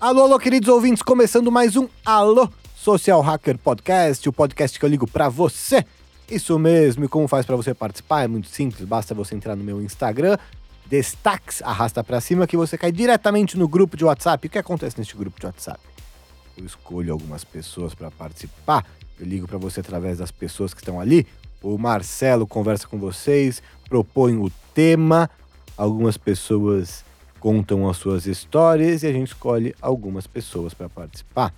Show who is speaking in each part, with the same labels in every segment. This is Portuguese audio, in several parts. Speaker 1: Alô, alô, queridos ouvintes, começando mais um Alô Social Hacker Podcast, o podcast que eu ligo pra você. Isso mesmo, e como faz pra você participar? É muito simples, basta você entrar no meu Instagram, destaques, arrasta pra cima que você cai diretamente no grupo de WhatsApp. O que acontece neste grupo de WhatsApp? Eu escolho algumas pessoas pra participar, eu ligo pra você através das pessoas que estão ali. O Marcelo conversa com vocês, propõe o tema, algumas pessoas contam as suas histórias e a gente escolhe algumas pessoas para participar.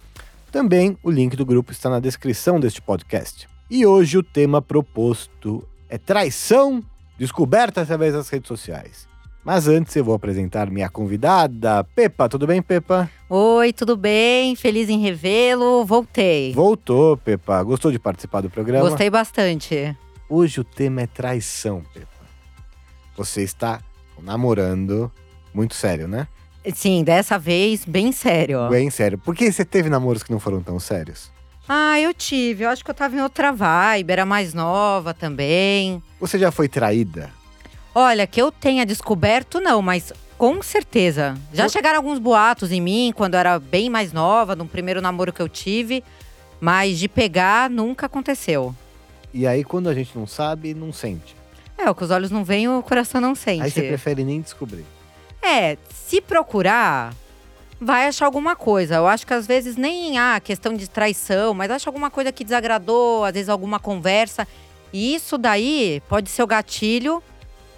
Speaker 1: Também o link do grupo está na descrição deste podcast. E hoje o tema proposto é traição descoberta através das redes sociais. Mas antes eu vou apresentar minha convidada, Pepa. Tudo bem, Pepa?
Speaker 2: Oi, tudo bem? Feliz em revê-lo. Voltei.
Speaker 1: Voltou, Pepa. Gostou de participar do programa?
Speaker 2: Gostei bastante.
Speaker 1: Hoje o tema é traição, Pepa. Você está namorando muito sério, né?
Speaker 2: Sim, dessa vez, bem sério.
Speaker 1: Bem sério. Por que você teve namoros que não foram tão sérios?
Speaker 2: Ah, eu tive. Eu acho que eu tava em outra vibe, era mais nova também.
Speaker 1: Você já foi traída?
Speaker 2: Olha, que eu tenha descoberto, não, mas com certeza. Já chegaram alguns boatos em mim quando eu era bem mais nova, no primeiro namoro que eu tive, mas de pegar nunca aconteceu.
Speaker 1: E aí, quando a gente não sabe, não sente.
Speaker 2: É, o que os olhos não veem, o coração não sente.
Speaker 1: Aí você prefere nem descobrir.
Speaker 2: É, se procurar, vai achar alguma coisa. Eu acho que às vezes nem há questão de traição, mas acha alguma coisa que desagradou, às vezes alguma conversa. E isso daí pode ser o gatilho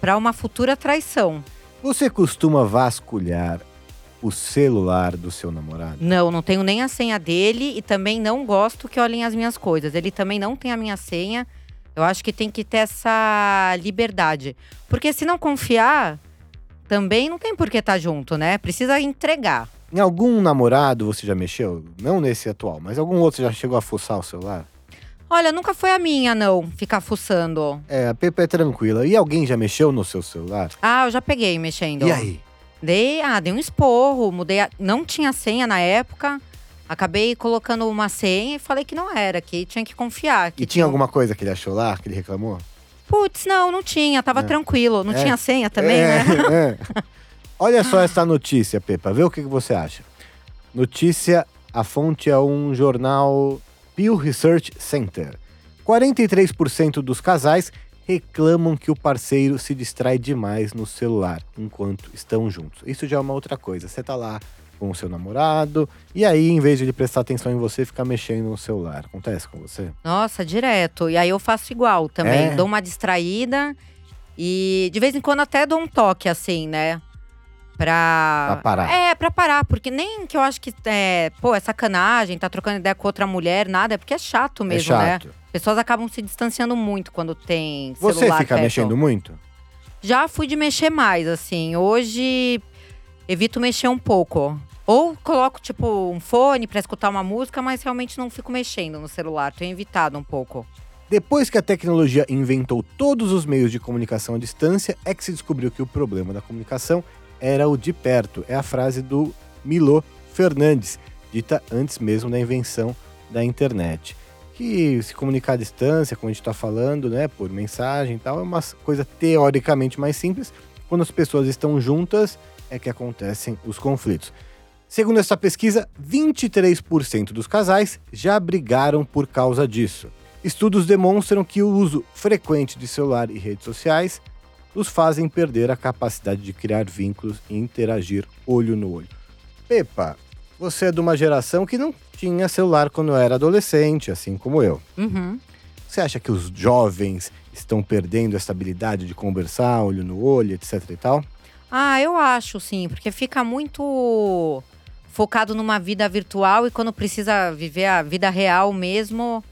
Speaker 2: para uma futura traição.
Speaker 1: Você costuma vasculhar o celular do seu namorado?
Speaker 2: Não, não tenho nem a senha dele e também não gosto que olhem as minhas coisas. Ele também não tem a minha senha. Eu acho que tem que ter essa liberdade. Porque se não confiar, também não tem por que estar junto, né? Precisa entregar.
Speaker 1: Em algum namorado você já mexeu? Não nesse atual, mas algum outro já chegou a fuçar o celular?
Speaker 2: Olha, nunca foi a minha, não, ficar fuçando.
Speaker 1: É, a Pepa é tranquila. E alguém já mexeu no seu celular?
Speaker 2: Ah, eu já peguei mexendo.
Speaker 1: E aí?
Speaker 2: Dei, ah, dei um esporro, mudei. a- não tinha senha na época. Acabei colocando uma senha e falei que não era, que tinha que confiar. Que tipo,
Speaker 1: E tinha alguma coisa que ele achou lá, que ele reclamou?
Speaker 2: Putz, não, não tinha, tava
Speaker 1: É.
Speaker 2: tranquilo. Não
Speaker 1: É.
Speaker 2: tinha senha também,
Speaker 1: É,
Speaker 2: né?
Speaker 1: é. Olha só essa notícia, Pepa. Vê o que que você acha. Notícia, a fonte é um jornal Pew Research Center. 43% dos casais reclamam que o parceiro se distrai demais no celular enquanto estão juntos. Isso já é uma outra coisa. Você tá lá com o seu namorado e aí, em vez de ele prestar atenção em você, fica mexendo no celular. Acontece com você?
Speaker 2: Nossa, direto. E aí eu faço igual também.
Speaker 1: É?
Speaker 2: Dou uma distraída e de vez em quando até dou um toque, assim, né? Pra.
Speaker 1: Pra parar.
Speaker 2: É, pra parar. Porque nem que eu acho que, é, pô, é sacanagem, tá trocando ideia com outra mulher, nada. É porque é chato mesmo,
Speaker 1: é chato.
Speaker 2: né? Pessoas acabam se distanciando muito quando tem celular.
Speaker 1: Você fica
Speaker 2: perto.
Speaker 1: mexendo muito?
Speaker 2: Já fui de mexer mais, assim. Hoje evito mexer um pouco. Ou coloco, tipo, um fone pra escutar uma música, mas realmente não fico mexendo no celular. Tenho evitado um pouco.
Speaker 1: Depois que a tecnologia inventou todos os meios de comunicação à distância, é que se descobriu que o problema da comunicação era o de perto. É a frase do Milo Fernandes, dita antes mesmo da invenção da internet. Que se comunicar à distância, como a gente está falando, né, por mensagem e tal, é uma coisa teoricamente mais simples. Quando as pessoas estão juntas, é que acontecem os conflitos. Segundo essa pesquisa, 23% dos casais já brigaram por causa disso. Estudos demonstram que o uso frequente de celular e redes sociais nos fazem perder a capacidade de criar vínculos e interagir olho no olho. Pepa, você é de uma geração que não tinha celular quando era adolescente, assim como eu.
Speaker 2: Uhum.
Speaker 1: Você acha que os jovens estão perdendo essa habilidade de conversar olho no olho, etc e tal?
Speaker 2: Ah, eu acho sim, porque fica muito focado numa vida virtual e quando precisa viver a vida real mesmo,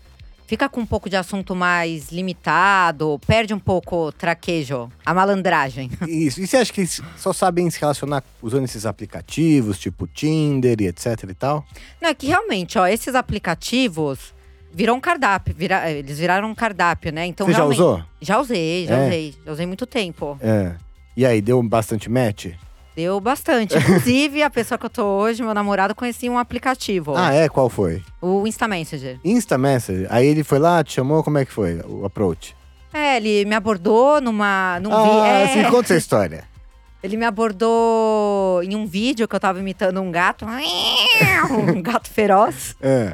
Speaker 2: fica com um pouco de assunto mais limitado, perde um pouco o traquejo, a malandragem.
Speaker 1: Isso. E você acha que eles só sabem se relacionar usando esses aplicativos, tipo Tinder e etc e tal?
Speaker 2: Não, é que realmente, ó, esses aplicativos viram um cardápio, vira- eles viraram um cardápio, né? Então
Speaker 1: você já
Speaker 2: realmente-
Speaker 1: usou?
Speaker 2: Já usei, já
Speaker 1: É.
Speaker 2: usei, já usei muito tempo.
Speaker 1: É. E aí, deu bastante match?
Speaker 2: Deu bastante. Inclusive, a pessoa que eu tô hoje, meu namorado, conhecia um aplicativo.
Speaker 1: Ah, é? Qual foi?
Speaker 2: O Insta Messenger.
Speaker 1: Insta Message. Aí ele foi lá, te chamou, como é que foi o approach?
Speaker 2: É, ele me abordou numa. Num vi-
Speaker 1: ah,
Speaker 2: é,
Speaker 1: assim, conta essa história.
Speaker 2: Ele me abordou em um vídeo que eu tava imitando um gato. Um gato feroz.
Speaker 1: É.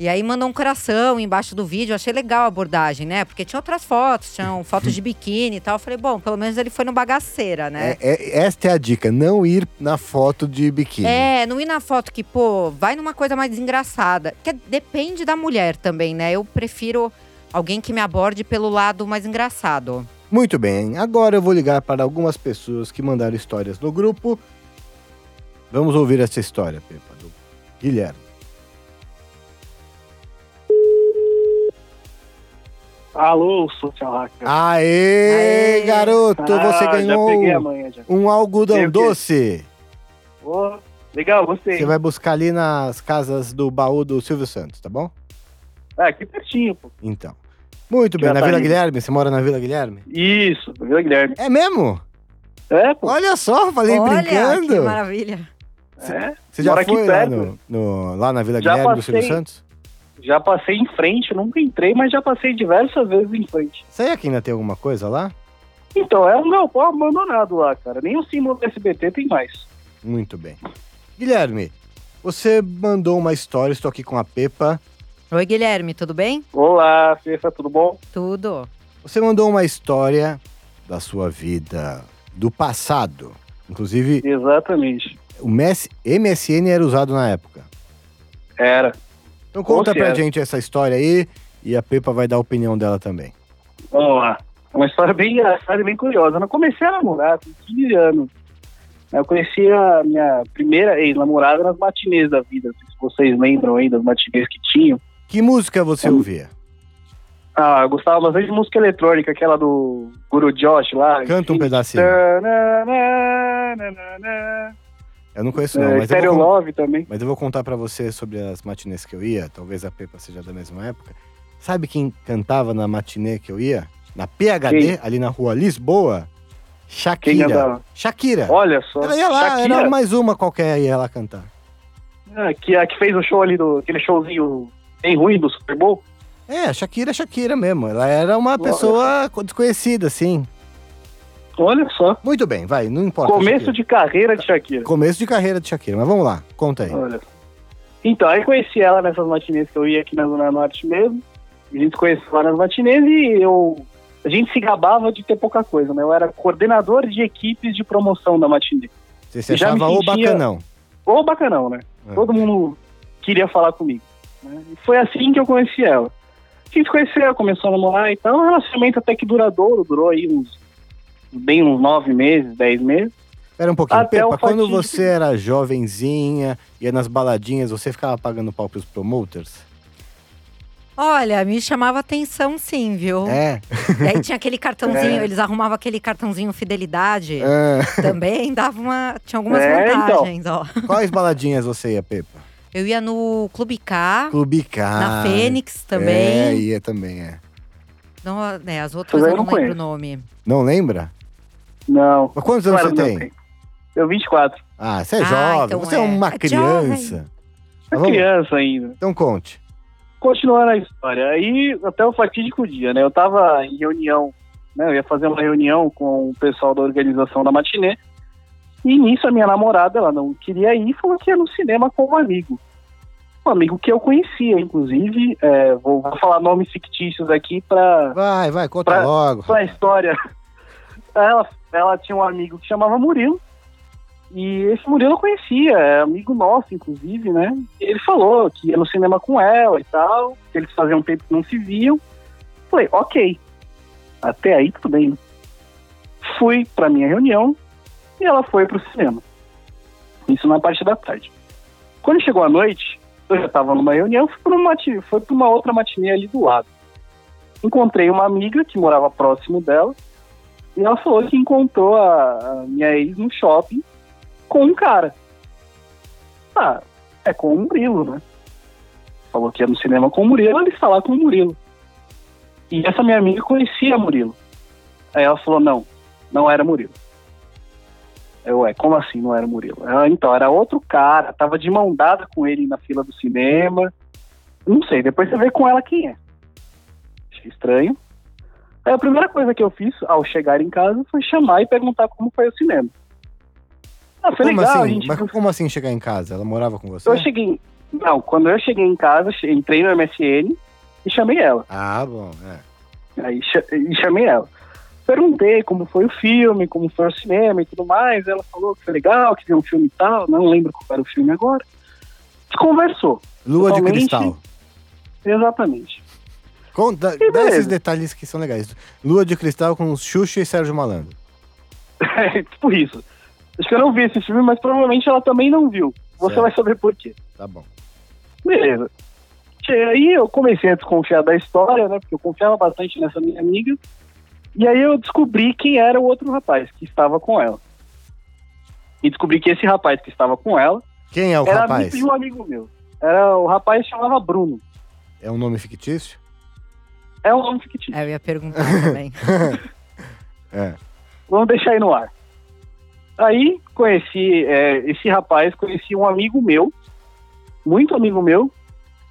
Speaker 2: E aí mandou um coração embaixo do vídeo. Eu achei legal a abordagem, né? Porque tinha outras fotos, tinham fotos de biquíni e tal. Eu falei, bom, pelo menos ele foi no bagaceira, né?
Speaker 1: É, é- esta é a dica, não ir na foto de biquíni.
Speaker 2: É, não ir na foto que, pô, vai numa coisa mais engraçada. Que depende da mulher também, né? Eu prefiro alguém que me aborde pelo lado mais engraçado.
Speaker 1: Muito bem, agora eu vou ligar para algumas pessoas que mandaram histórias no grupo. Vamos ouvir essa história, Pepa, do Guilherme.
Speaker 3: Alô, social hacker.
Speaker 1: Aê,
Speaker 2: Aê!
Speaker 1: garoto, Ah, então você
Speaker 3: Ah, Já peguei
Speaker 1: ganhou
Speaker 3: amanhã já.
Speaker 1: um algodão
Speaker 3: Peguei o quê?
Speaker 1: doce.
Speaker 3: Ô, legal, gostei.
Speaker 1: Você vai buscar ali nas casas do baú do Silvio Santos, tá bom?
Speaker 3: Ah, aqui pertinho, pô.
Speaker 1: Então. Muito
Speaker 3: Já
Speaker 1: bem, na
Speaker 3: tá
Speaker 1: Vila
Speaker 3: indo.
Speaker 1: Guilherme? Você mora na Vila Guilherme?
Speaker 3: Isso, Vila Guilherme.
Speaker 1: É mesmo?
Speaker 3: É, pô.
Speaker 1: Olha só, falei
Speaker 2: Olha, que
Speaker 1: Tá brincando.
Speaker 2: maravilha.
Speaker 3: É.
Speaker 1: Você já
Speaker 3: Mora aqui
Speaker 1: foi lá,
Speaker 3: perto.
Speaker 1: no, no- lá na Vila
Speaker 3: Já
Speaker 1: Guilherme do
Speaker 3: passei.
Speaker 1: Silvio Santos?
Speaker 3: Já passei em frente, nunca entrei, mas já passei diversas vezes em frente.
Speaker 1: Será que ainda tem alguma coisa lá?
Speaker 3: Então, é um galpão abandonado lá, cara. Nem o símbolo do SBT tem mais.
Speaker 1: Muito bem. Guilherme, você mandou uma história, estou aqui com a Pepa.
Speaker 2: Oi, Guilherme, tudo bem?
Speaker 3: Olá, Fefa, tudo bom?
Speaker 2: Tudo.
Speaker 1: Você mandou uma história da sua vida, do passado. Inclusive,
Speaker 3: Exatamente.
Speaker 1: o MS MSN era usado na época.
Speaker 3: Era.
Speaker 1: Então conta
Speaker 3: Ou
Speaker 1: pra
Speaker 3: se era.
Speaker 1: gente essa história aí e a Pepa vai dar a opinião dela também.
Speaker 3: Vamos lá. é Uma história bem engraçada e bem curiosa. Eu não comecei a namorar com 15 anos. Eu conheci a minha primeira ex-namorada nas matinês da vida. Se vocês lembram aí das matinês que tinham.
Speaker 1: Que música você
Speaker 3: É.
Speaker 1: ouvia?
Speaker 3: Ah, eu gostava bastante de música eletrônica, aquela do Guru Josh lá. Então,
Speaker 1: Canta um
Speaker 3: enfim.
Speaker 1: pedacinho.
Speaker 3: Tananana,
Speaker 1: Eu não conheço não,
Speaker 3: É,
Speaker 1: mas eu,
Speaker 3: Stereo
Speaker 1: vou, con-
Speaker 3: Love também.
Speaker 1: mas eu vou contar pra você sobre as matinês que eu ia. Talvez a Pepa seja da mesma época. Sabe quem cantava na matinê que eu ia? Na PHD, ali na rua Lisboa?
Speaker 3: Quem
Speaker 1: Shakira.
Speaker 3: andava?
Speaker 1: Shakira.
Speaker 3: Olha só.
Speaker 1: Ela ia lá,
Speaker 3: Shakira,
Speaker 1: era mais uma qualquer ia lá cantar.
Speaker 3: ah, que, a que fez o show ali, do, aquele showzinho bem ruim do Super Bowl.
Speaker 1: É, Shakira, Shakira mesmo. Ela era uma
Speaker 3: Olha.
Speaker 1: pessoa desconhecida, sim.
Speaker 3: Olha só.
Speaker 1: Muito bem, vai, não importa.
Speaker 3: Começo
Speaker 1: Shakira.
Speaker 3: de carreira de Shakira.
Speaker 1: Começo de carreira de Shakira, mas vamos lá, conta aí.
Speaker 3: Olha. Então, aí conheci ela nessas matinês que eu ia aqui na Zona Norte mesmo. A gente se conheceu lá nas matinês e eu. A gente se gabava de ter pouca coisa, né? Eu era coordenador de equipes de promoção da matinê.
Speaker 1: Você se
Speaker 3: Já me
Speaker 1: achava o
Speaker 3: sentia-
Speaker 1: bacanão.
Speaker 3: Ou bacanão, né?
Speaker 1: É.
Speaker 3: Todo mundo queria falar comigo. né? E foi assim que eu conheci ela. A gente se conheceu, começou a namorar, então o relacionamento até que duradouro, durou aí uns bem uns nove meses, dez meses.
Speaker 1: Pera um pouquinho,
Speaker 3: Até
Speaker 1: Pepa,
Speaker 3: o
Speaker 1: quando
Speaker 3: fatídico-
Speaker 1: você era jovenzinha, ia nas baladinhas, você ficava pagando pau pros promoters?
Speaker 2: Olha, me chamava atenção sim, viu?
Speaker 1: É.
Speaker 2: E aí tinha aquele cartãozinho,
Speaker 3: É.
Speaker 2: eles arrumavam aquele cartãozinho fidelidade.
Speaker 1: Ah,
Speaker 2: Também dava uma. Tinha algumas
Speaker 3: É, então.
Speaker 2: vantagens, ó.
Speaker 1: quais baladinhas você ia, Pepa?
Speaker 2: Eu ia no Clube K,
Speaker 1: Clube K.
Speaker 2: na Fênix
Speaker 1: É,
Speaker 2: também.
Speaker 1: ia também, é.
Speaker 2: Não, né, as outras
Speaker 3: Também
Speaker 2: eu não,
Speaker 3: não
Speaker 2: lembro o
Speaker 3: conheço.
Speaker 2: nome.
Speaker 1: Não lembra?
Speaker 3: Não.
Speaker 1: Mas quantos anos
Speaker 3: Claro,
Speaker 1: você
Speaker 3: não
Speaker 1: tem?
Speaker 3: Eu 24.
Speaker 1: Ah, você é
Speaker 2: Ah,
Speaker 1: jovem,
Speaker 2: então
Speaker 1: você é,
Speaker 2: é.
Speaker 1: uma
Speaker 2: É
Speaker 1: criança. Mas
Speaker 3: Eu
Speaker 1: vamos-
Speaker 3: criança ainda.
Speaker 1: Então conte.
Speaker 3: Continuando a história, aí até o fatídico dia, né? Eu tava em reunião, né? Eu ia fazer uma reunião com o pessoal da organização da matinê. E nisso a minha namorada, ela não queria ir, falou que ia no cinema com um amigo. Um amigo que eu conhecia, inclusive. é, vou, vou falar nomes fictícios aqui pra,
Speaker 1: Vai, vai, conta
Speaker 3: Pra-
Speaker 1: logo.
Speaker 3: pra é história. Ela, ela tinha um amigo que chamava Murilo. E esse Murilo eu conhecia, é amigo nosso, inclusive, né? E Ele falou que ia no cinema com ela e tal, que eles faziam um tempo que não se viam. Falei, ok. Até aí tudo bem. Fui pra minha reunião e ela foi pro cinema. Isso na parte da tarde. Quando chegou a noite, eu já tava numa reunião, fui pra uma, mati- fui pra uma outra matinê ali do lado encontrei uma amiga que morava próximo dela e ela falou que encontrou a, a minha ex no shopping com um cara. Ah, é com o Murilo, né? Falou que ia no cinema com o Murilo, ela está lá com o Murilo. E essa minha amiga conhecia Murilo. Aí ela falou, não, não era Murilo. Eu, é, como assim não era o Murilo? Ah, então, era outro cara, tava de mão dada com ele na fila do cinema. Não sei, depois você vê com ela quem é. Achei estranho. Aí a primeira coisa que eu fiz ao chegar em casa foi chamar e perguntar como foi o cinema. Ah, foi
Speaker 1: como
Speaker 3: legal, a
Speaker 1: assim?
Speaker 3: gente
Speaker 1: Mas como assim chegar em casa? Ela morava com você?
Speaker 3: Eu cheguei. Não, quando eu cheguei em casa, che- entrei no MSN e chamei ela.
Speaker 1: Ah, bom, é.
Speaker 3: Aí cha- e chamei ela. Perguntei como foi o filme, como foi o cinema e tudo mais. Ela falou que foi legal, que viu um filme e tal. Não lembro qual era o filme agora. A gente Conversou,
Speaker 1: Lua de
Speaker 3: Totalmente.
Speaker 1: cristal.
Speaker 3: exatamente.
Speaker 1: Conta,
Speaker 3: E
Speaker 1: dá esses
Speaker 3: beleza.
Speaker 1: detalhes que são legais. Lua de cristal com Xuxa e Sérgio Malandro.
Speaker 3: É, tipo isso. Acho que eu não vi esse filme, mas provavelmente ela também não viu. Você
Speaker 1: Certo.
Speaker 3: vai saber por quê.
Speaker 1: Tá bom.
Speaker 3: Beleza. Che- Aí eu comecei a desconfiar da história, né? Porque eu confiava bastante nessa minha amiga. E aí eu descobri quem era o outro rapaz que estava com ela. E descobri que esse rapaz que estava com ela
Speaker 1: Quem é o
Speaker 3: era
Speaker 1: rapaz?
Speaker 3: amigo de um amigo meu. Era o rapaz que chamava Bruno.
Speaker 1: É um nome fictício?
Speaker 3: É um nome fictício.
Speaker 2: É, eu ia perguntar também.
Speaker 1: É.
Speaker 3: Vamos deixar aí no ar. Aí conheci é, esse rapaz, conheci um amigo meu, muito amigo meu,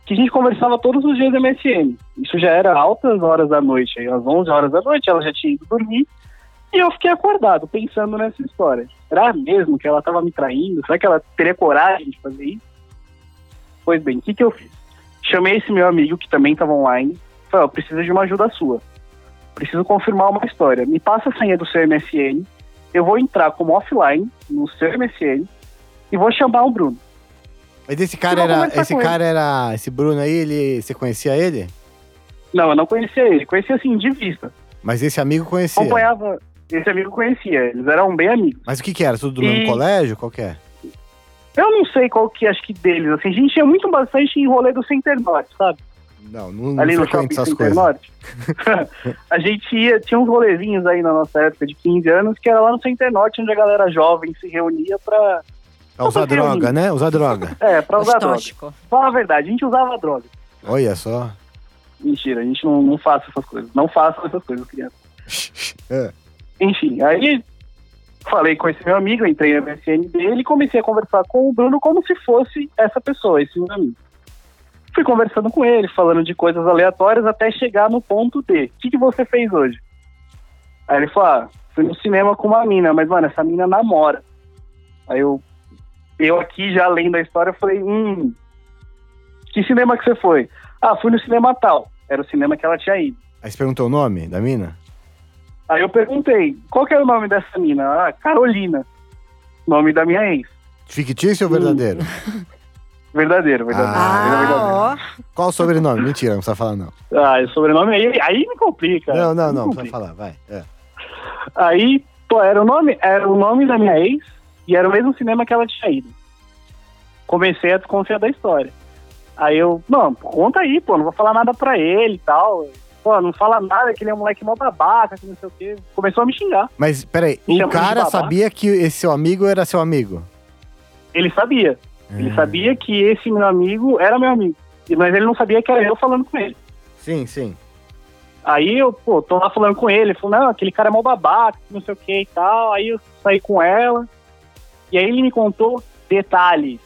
Speaker 3: que a gente conversava todos os dias do MSN. Isso já era altas horas da noite, aí às 11 horas da noite, ela já tinha ido dormir. E eu fiquei acordado, pensando nessa história. Será mesmo que ela estava me traindo? Será que ela teria coragem de fazer isso? Pois bem, o que, que eu fiz? Chamei esse meu amigo, que também estava online, falei, ó, preciso de uma ajuda sua preciso confirmar uma história. Me passa a senha do seu MSN, eu vou entrar como offline no seu MSN e vou chamar o Bruno.
Speaker 1: Mas esse cara
Speaker 3: Eu vou
Speaker 1: era.
Speaker 3: conversar
Speaker 1: Esse
Speaker 3: com
Speaker 1: cara era. Esse Bruno aí, ele. Você conhecia ele?
Speaker 3: Não, eu não conhecia ele, conhecia assim de vista.
Speaker 1: Mas esse amigo conhecia.
Speaker 3: Acompanhava, esse amigo conhecia, eles eram bem amigos.
Speaker 1: Mas o que que era? Tudo do mesmo
Speaker 3: E-
Speaker 1: colégio? Qual que é?
Speaker 3: Eu não sei qual que acho que deles, assim, a gente tinha muito bastante em rolê do Center Norte, sabe?
Speaker 1: Não, não, não
Speaker 3: Ali no
Speaker 1: frequento
Speaker 3: shopping
Speaker 1: essas
Speaker 3: Center
Speaker 1: coisas.
Speaker 3: Norte. a gente ia, tinha uns rolezinhos aí na nossa época de 15 anos, que era lá no Center Norte, onde a galera jovem se reunia pra,
Speaker 1: É usar
Speaker 3: Não, não.
Speaker 1: droga, né? Usar droga.
Speaker 3: é, pra
Speaker 2: Os
Speaker 3: usar droga.
Speaker 2: tóxicos.
Speaker 3: Fala a verdade, a gente usava droga.
Speaker 1: Olha só.
Speaker 3: Mentira, a gente não, não faça essas coisas. Não faça essas coisas, criança.
Speaker 1: É.
Speaker 3: Enfim, aí falei com esse meu amigo, entrei na MSN dele e comecei a conversar com o Bruno como se fosse essa pessoa, esse meu amigo. Fui conversando com ele, falando de coisas aleatórias até chegar no ponto de: o que, que você fez hoje? Aí ele falou: ah, fui no cinema com uma mina, mas mano, essa mina namora. Aí eu, eu aqui já lendo a história, falei: hum, que cinema que você foi? Ah, fui no cinema tal. Era o cinema que ela tinha ido.
Speaker 1: Aí você perguntou o nome da mina?
Speaker 3: Aí eu perguntei, qual que era o nome dessa mina? Ah, Carolina. Nome da minha ex.
Speaker 1: Fictício ou
Speaker 3: Hum.
Speaker 1: verdadeiro?
Speaker 3: Verdadeiro, verdadeiro. verdadeiro.
Speaker 2: Ah, ó.
Speaker 1: Qual o sobrenome? Mentira, não precisa falar, não.
Speaker 3: Ah, o sobrenome aí, aí me complica.
Speaker 1: não, não,
Speaker 3: Me
Speaker 1: não, precisa
Speaker 3: complica.
Speaker 1: falar, vai. É.
Speaker 3: Aí, pô, era o nome, era o nome da minha ex e era o mesmo cinema que ela tinha ido. Comecei a desconfiar da história. Aí eu, não, conta aí, pô, não vou falar nada pra ele e tal. Pô, não fala nada, que ele é um moleque mó babaca, que não sei o quê. Começou a me xingar.
Speaker 1: Mas, peraí,
Speaker 3: Me
Speaker 1: o
Speaker 3: chamou é um de
Speaker 1: cara
Speaker 3: babá?
Speaker 1: sabia que esse seu amigo era seu amigo?
Speaker 3: Ele sabia. Ele
Speaker 1: Ah,
Speaker 3: sabia que esse meu amigo era meu amigo, e- mas ele não sabia que era eu falando com ele.
Speaker 1: Sim, sim.
Speaker 3: Aí eu, pô, tô lá falando com ele, ele falou, não, aquele cara é mó babaca, não sei o que e tal. Aí eu saí com ela, e aí ele me contou detalhes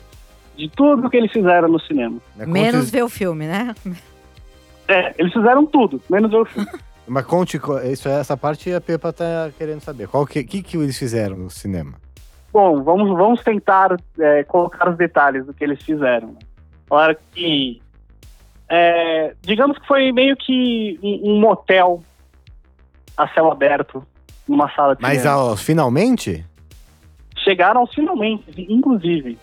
Speaker 3: de tudo que eles fizeram no cinema.
Speaker 1: Mas conte-
Speaker 2: Menos ver o filme, né?
Speaker 3: É, eles fizeram tudo, menos eu. fui.
Speaker 1: Mas conte, co- isso, é- essa parte a Pepa tá querendo saber. Qual que, que, que eles fizeram no cinema?
Speaker 3: Bom, vamos, vamos tentar é, colocar os detalhes do que eles fizeram. Falaram que. é, digamos que foi meio que um, um motel a céu aberto, numa sala de
Speaker 1: Mas,
Speaker 3: cinema.
Speaker 1: ó, finalmente?
Speaker 3: chegaram finalmente, inclusive.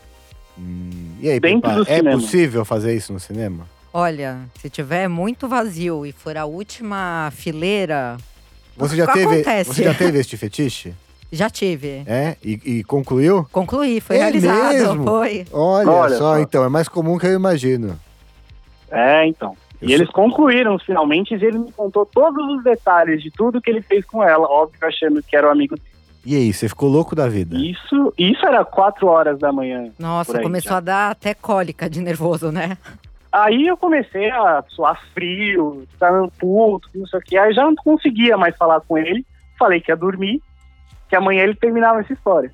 Speaker 1: Hum, e aí,
Speaker 3: Dentro
Speaker 1: Pepa,
Speaker 3: do
Speaker 1: é
Speaker 3: cinema.
Speaker 1: possível fazer isso no cinema?
Speaker 2: Olha, se tiver é muito vazio e for a última fileira,
Speaker 1: Você já, teve,
Speaker 2: Acontece.
Speaker 1: você já teve este fetiche?
Speaker 2: já tive.
Speaker 1: É? E, e concluiu?
Speaker 2: Concluí, foi
Speaker 1: É
Speaker 2: realizado.
Speaker 1: mesmo?
Speaker 2: Foi.
Speaker 1: Olha,
Speaker 3: Olha
Speaker 1: só,
Speaker 3: só.
Speaker 1: então, é mais comum que eu imagino.
Speaker 3: É, então.
Speaker 1: Eu
Speaker 3: e eles concluíram finalmente, e ele me contou todos os detalhes de tudo que ele fez com ela, óbvio, achando que era o amigo.
Speaker 1: E aí, você ficou louco da vida?
Speaker 3: Isso, isso era 4 horas da manhã.
Speaker 2: Nossa,
Speaker 3: Por aí,
Speaker 2: começou
Speaker 3: já.
Speaker 2: a dar até cólica de nervoso, né?
Speaker 3: Aí eu comecei a suar frio, ficar puto, não sei o que. Aí já não conseguia mais falar com ele. Falei que ia dormir, que amanhã ele terminava essa história.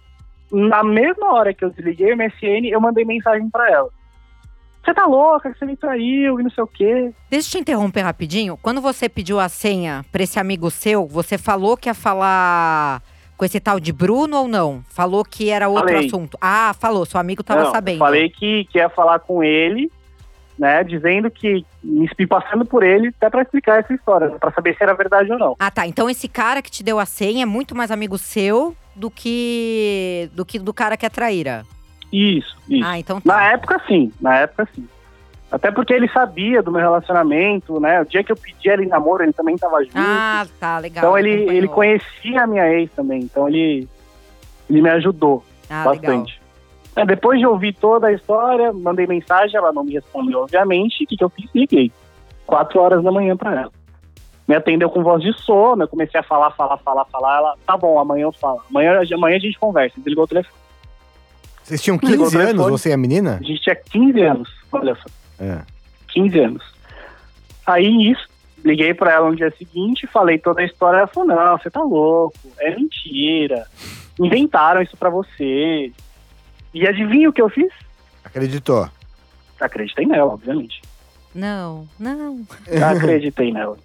Speaker 3: Na mesma hora que eu desliguei o MSN, eu mandei mensagem pra ela. Você tá louca, que você me traiu e não sei o quê.
Speaker 2: Deixa eu te interromper rapidinho. Quando você pediu a senha pra esse amigo seu, você falou que ia falar com esse tal de Bruno ou não? Falou que era outro
Speaker 3: Falei.
Speaker 2: assunto. Ah, falou. Seu amigo tava
Speaker 3: Não,
Speaker 2: sabendo.
Speaker 3: eu Falei que, que ia falar com ele, né? Dizendo que, me espi- passando por ele, até pra explicar essa história, pra saber se era verdade ou não.
Speaker 2: Ah, tá. Então esse cara que te deu a senha é muito mais amigo seu do que do que do cara que é traíra.
Speaker 3: Isso, isso.
Speaker 2: Ah, então tá.
Speaker 3: Na época, sim. Na época, sim. Até porque ele sabia do meu relacionamento, né? O dia que eu pedi ele em namoro, ele também tava junto.
Speaker 2: Ah, tá, legal.
Speaker 3: então ele,
Speaker 2: acompanhou.
Speaker 3: ele conhecia a minha ex também. Então ele, ele me ajudou
Speaker 2: ah, Legal.
Speaker 3: bastante. É, depois de ouvir toda a história, mandei mensagem, ela não me respondeu, obviamente. O que, que eu fiz? Liguei. Quatro horas da manhã pra ela. Me atendeu com voz de sono, eu comecei a falar, falar, falar, falar. Ela, tá bom, amanhã eu falo. Amanhã, amanhã a gente conversa. Desligou o telefone.
Speaker 1: Vocês tinham
Speaker 3: Ligou o
Speaker 1: 15 anos,
Speaker 3: telefone.
Speaker 1: você e a menina?
Speaker 3: A gente tinha 15 anos. Olha só,
Speaker 1: É.
Speaker 3: 15 anos. Aí isso, liguei pra ela no dia seguinte, falei toda a história. Ela falou: não, você tá louco, é mentira. Inventaram isso pra você. E adivinha o que eu fiz?
Speaker 1: Acreditou.
Speaker 3: Acreditei nela, obviamente.
Speaker 2: Não, não.
Speaker 3: Acreditei nela.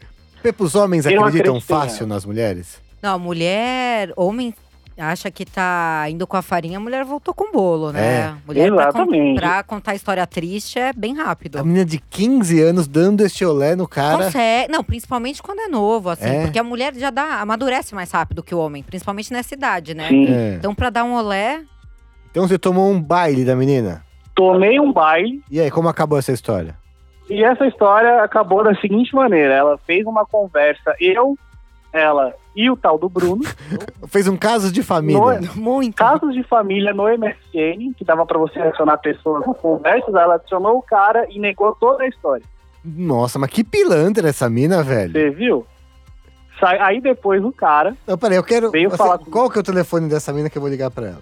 Speaker 1: Os homens
Speaker 3: Eu
Speaker 1: acreditam
Speaker 3: acreditei né?
Speaker 1: fácil nas mulheres?
Speaker 2: Não, mulher, homem acha que tá indo com a farinha, a mulher voltou com o bolo, né?
Speaker 1: É,
Speaker 2: mulher pra con-
Speaker 3: exatamente.
Speaker 2: pra contar história triste é bem rápido.
Speaker 1: A menina de 15 anos dando este olé no cara.
Speaker 2: Consegue. Não, principalmente quando é novo, assim.
Speaker 1: É.
Speaker 2: Porque a mulher já dá, amadurece mais rápido que o homem, principalmente nessa idade, né?
Speaker 3: Sim.
Speaker 1: É.
Speaker 2: Então, pra dar um olé,
Speaker 1: Então você tomou um baile da menina.
Speaker 3: Tomei um baile
Speaker 1: E aí, como acabou essa história?
Speaker 3: e essa história acabou da seguinte maneira. Ela fez uma conversa, eu, ela e o tal do Bruno,
Speaker 1: Fez um caso de família.
Speaker 3: Nossa.
Speaker 2: muito.
Speaker 3: casos de família no MSN, que dava pra você adicionar pessoas nas conversas, ela adicionou o cara e negou toda a história.
Speaker 1: Nossa, mas que pilantra essa mina, velho.
Speaker 3: Você viu? Sai, aí depois o cara,
Speaker 1: Não, peraí, eu quero.
Speaker 3: Veio
Speaker 1: você-
Speaker 3: falar comigo.
Speaker 1: qual que é o telefone dessa mina que eu vou ligar pra ela?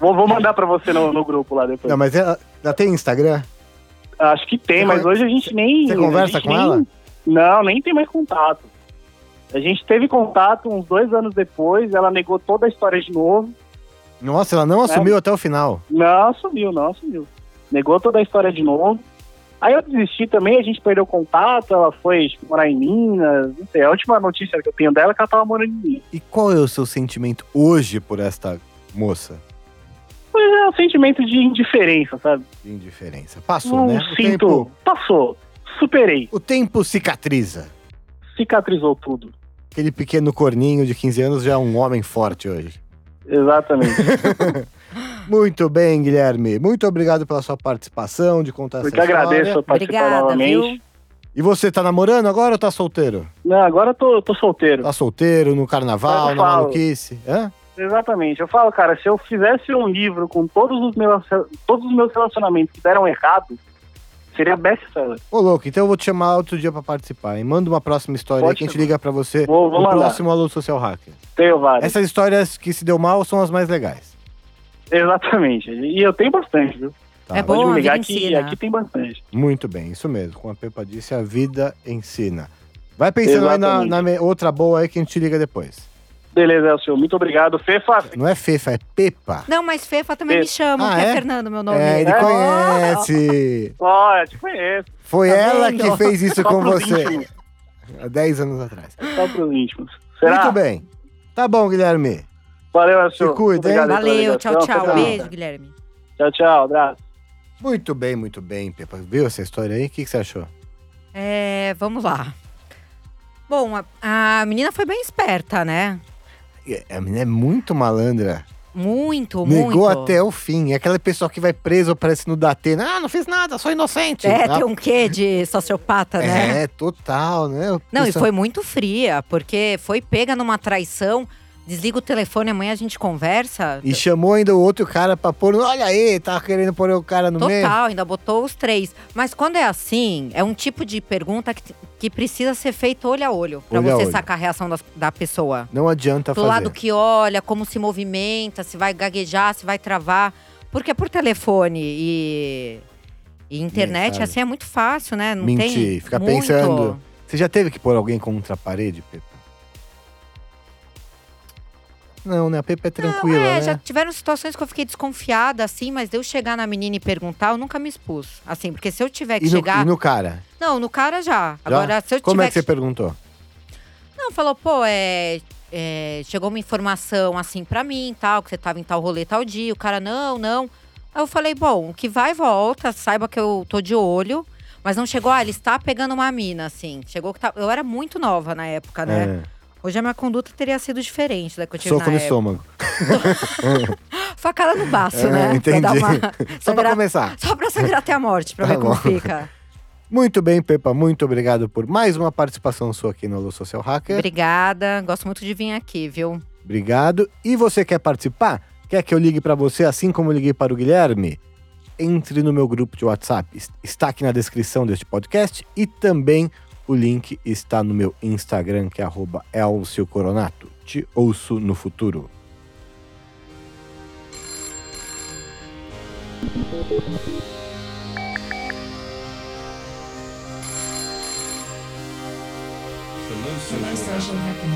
Speaker 3: vou, vou mandar pra você no, no grupo lá depois.
Speaker 1: Não, mas ela, ela tem Instagram?
Speaker 3: Acho que tem,
Speaker 1: Você
Speaker 3: mas
Speaker 1: con-
Speaker 3: hoje a gente nem.
Speaker 1: você conversa
Speaker 3: a gente
Speaker 1: com
Speaker 3: nem-
Speaker 1: ela?
Speaker 3: Não, nem tem mais contato. A gente teve contato uns dois anos depois, ela negou toda a história de novo.
Speaker 1: Nossa, ela
Speaker 3: É.
Speaker 1: não assumiu até o final.
Speaker 3: Não, sumiu, não, sumiu. Negou toda a história de novo. Aí eu desisti também, a gente perdeu contato, ela foi tipo, morar em Minas, não sei. A última notícia que eu tenho dela é que ela tava morando em Minas.
Speaker 1: E qual é o seu sentimento hoje por esta moça?
Speaker 3: Mas é um sentimento de indiferença, sabe?
Speaker 1: De indiferença. Passou,
Speaker 3: Não
Speaker 1: né? O
Speaker 3: sinto.
Speaker 1: tempo,
Speaker 3: Passou. Superei.
Speaker 1: o tempo cicatriza.
Speaker 3: Cicatrizou tudo.
Speaker 1: Aquele pequeno corninho de 15 anos já é um homem forte hoje.
Speaker 3: Exatamente.
Speaker 1: Muito bem, Guilherme. Muito obrigado pela sua participação, de contar
Speaker 3: Eu
Speaker 1: essa
Speaker 3: que agradeço
Speaker 1: história.
Speaker 3: a participar
Speaker 2: Obrigada,
Speaker 3: novamente.
Speaker 2: viu?
Speaker 1: E você tá namorando agora ou tá solteiro?
Speaker 3: Não, agora eu tô, tô solteiro.
Speaker 1: Tá solteiro, no carnaval,
Speaker 3: Eu
Speaker 1: na
Speaker 3: falo.
Speaker 1: maluquice? Hã?
Speaker 3: Exatamente. Eu falo, cara, se eu fizesse um livro com todos os meus, todos os meus relacionamentos que deram errado, seria best-seller.
Speaker 1: Ô, louco, então eu vou te chamar outro dia pra participar, hein? Manda uma próxima história
Speaker 3: Pode
Speaker 1: aí que a gente
Speaker 3: chamar.
Speaker 1: liga pra você
Speaker 3: Vou- vou
Speaker 1: no
Speaker 3: mandar. Tá
Speaker 1: próximo Alô Social Hacker.
Speaker 3: Tenho vários.
Speaker 1: Essas histórias que se deu mal são as mais legais.
Speaker 3: Exatamente. E eu tenho bastante, viu?
Speaker 1: Tá.
Speaker 2: É bom.
Speaker 3: Pode
Speaker 2: a
Speaker 3: me ligar
Speaker 2: vida
Speaker 3: que
Speaker 2: ensina.
Speaker 3: aqui tem bastante.
Speaker 1: Muito bem, isso mesmo. Como a Pepa disse, a vida ensina. Vai pensando aí na,
Speaker 3: Exatamente.
Speaker 1: na me- outra boa aí que a gente te liga depois.
Speaker 3: Beleza, Elcio. Muito obrigado. Fefa,
Speaker 1: Não é Fefa, é Pepa.
Speaker 2: Não, mas Fefa também
Speaker 3: É.
Speaker 2: me chama,
Speaker 1: Ah,
Speaker 2: que é?
Speaker 1: é?
Speaker 2: Fernando, meu nome.
Speaker 1: É, ele
Speaker 3: É.
Speaker 1: conhece.
Speaker 3: ó, eu te conheço.
Speaker 1: Foi
Speaker 2: Tá
Speaker 1: ela
Speaker 2: vendo?
Speaker 1: que fez isso
Speaker 3: Só
Speaker 1: com
Speaker 3: pros
Speaker 1: você
Speaker 3: íntimos.
Speaker 1: há 10 anos atrás.
Speaker 3: Só pros íntimos. Será?
Speaker 1: Muito bem. Tá bom, Guilherme.
Speaker 3: Valeu, é Elcio.
Speaker 1: Se cuida, hein?
Speaker 3: Obrigado aí pela
Speaker 2: Valeu, tchau,
Speaker 3: ligação.
Speaker 2: tchau.
Speaker 1: tchau.
Speaker 2: Beijo, Guilherme.
Speaker 3: Tchau, tchau. Abraço.
Speaker 1: Muito bem, muito bem, Pepa. Viu essa história aí? O que, que você achou?
Speaker 2: É, vamos lá. Bom, a, a menina foi bem esperta, né?
Speaker 1: É, A menina é muito malandra.
Speaker 2: Muito,
Speaker 1: Negou
Speaker 2: muito.
Speaker 1: até o fim. É Aquela pessoa que vai preso, parece no Datena. Ah, não fiz nada, sou inocente.
Speaker 2: É,
Speaker 1: Ah,
Speaker 2: tem um quê de sociopata, né?
Speaker 1: É, total, né? O
Speaker 2: Não, e
Speaker 1: pessoal-
Speaker 2: foi muito fria, porque foi pega numa traição. Desliga o telefone, amanhã a gente conversa.
Speaker 1: E chamou ainda o outro cara pra pôr. Olha aí, tá querendo pôr o cara no meio.
Speaker 2: Total, ainda botou os três. Mas quando é assim, é um tipo de pergunta que, que precisa ser feito olho a olho. Pra
Speaker 1: Olho a
Speaker 2: você
Speaker 1: olho.
Speaker 2: sacar a reação da, da pessoa.
Speaker 1: Não adianta
Speaker 2: Do
Speaker 1: fazer.
Speaker 2: lado que olha, como se movimenta, se vai gaguejar, se vai travar. Porque é por telefone e, e internet,
Speaker 1: sabe.
Speaker 2: assim, é muito fácil, né? Não
Speaker 1: Mentir,
Speaker 2: tem
Speaker 1: ficar
Speaker 2: muito.
Speaker 1: pensando. Você já teve que pôr alguém contra a parede, Pepa? Não, né? A Pepa é
Speaker 2: Não,
Speaker 1: tranquila,
Speaker 2: é,
Speaker 1: né?
Speaker 2: já tiveram situações que eu fiquei desconfiada, assim, mas de eu chegar na menina e perguntar, eu nunca me expus. Assim, porque se eu tiver que
Speaker 1: E no,
Speaker 2: chegar.
Speaker 1: e no cara?
Speaker 2: Não, no cara já. Agora, se eu
Speaker 1: Como
Speaker 2: tiver
Speaker 1: é que você perguntou?
Speaker 2: Não, falou, pô, é, é, chegou uma informação assim pra mim, tal, que você tava em tal rolê tal dia. O cara, não, não. Aí eu falei, bom, o que vai volta, saiba que eu tô de olho. Mas não chegou, ah, ele está pegando uma mina, assim. Chegou que tá. Eu era muito nova na época, né? Hoje a minha conduta teria sido diferente da que eu
Speaker 1: É,
Speaker 2: tive
Speaker 1: soco
Speaker 2: na
Speaker 1: no
Speaker 2: época.
Speaker 1: estômago.
Speaker 2: Facada no baço,
Speaker 1: É,
Speaker 2: né?
Speaker 1: entendi.
Speaker 2: Pra dar uma-
Speaker 1: Só pra
Speaker 2: sangrar-
Speaker 1: começar.
Speaker 2: Só pra sangrar até a morte, pra
Speaker 1: Tá
Speaker 2: ver como
Speaker 1: bom.
Speaker 2: fica.
Speaker 1: Muito bem, Pepa. Muito obrigado por mais uma participação sua aqui no Alô Social Hacker.
Speaker 2: Obrigada, gosto muito de vir aqui, viu?
Speaker 1: Obrigado. E você quer participar? Quer que eu ligue para você assim como eu liguei para o Guilherme? Entre no meu grupo de WhatsApp. Es- Está aqui na descrição deste podcast e também o link está no meu Instagram, que é arroba Elcio Coronato. Te ouço no futuro.
Speaker 4: The low social hacker.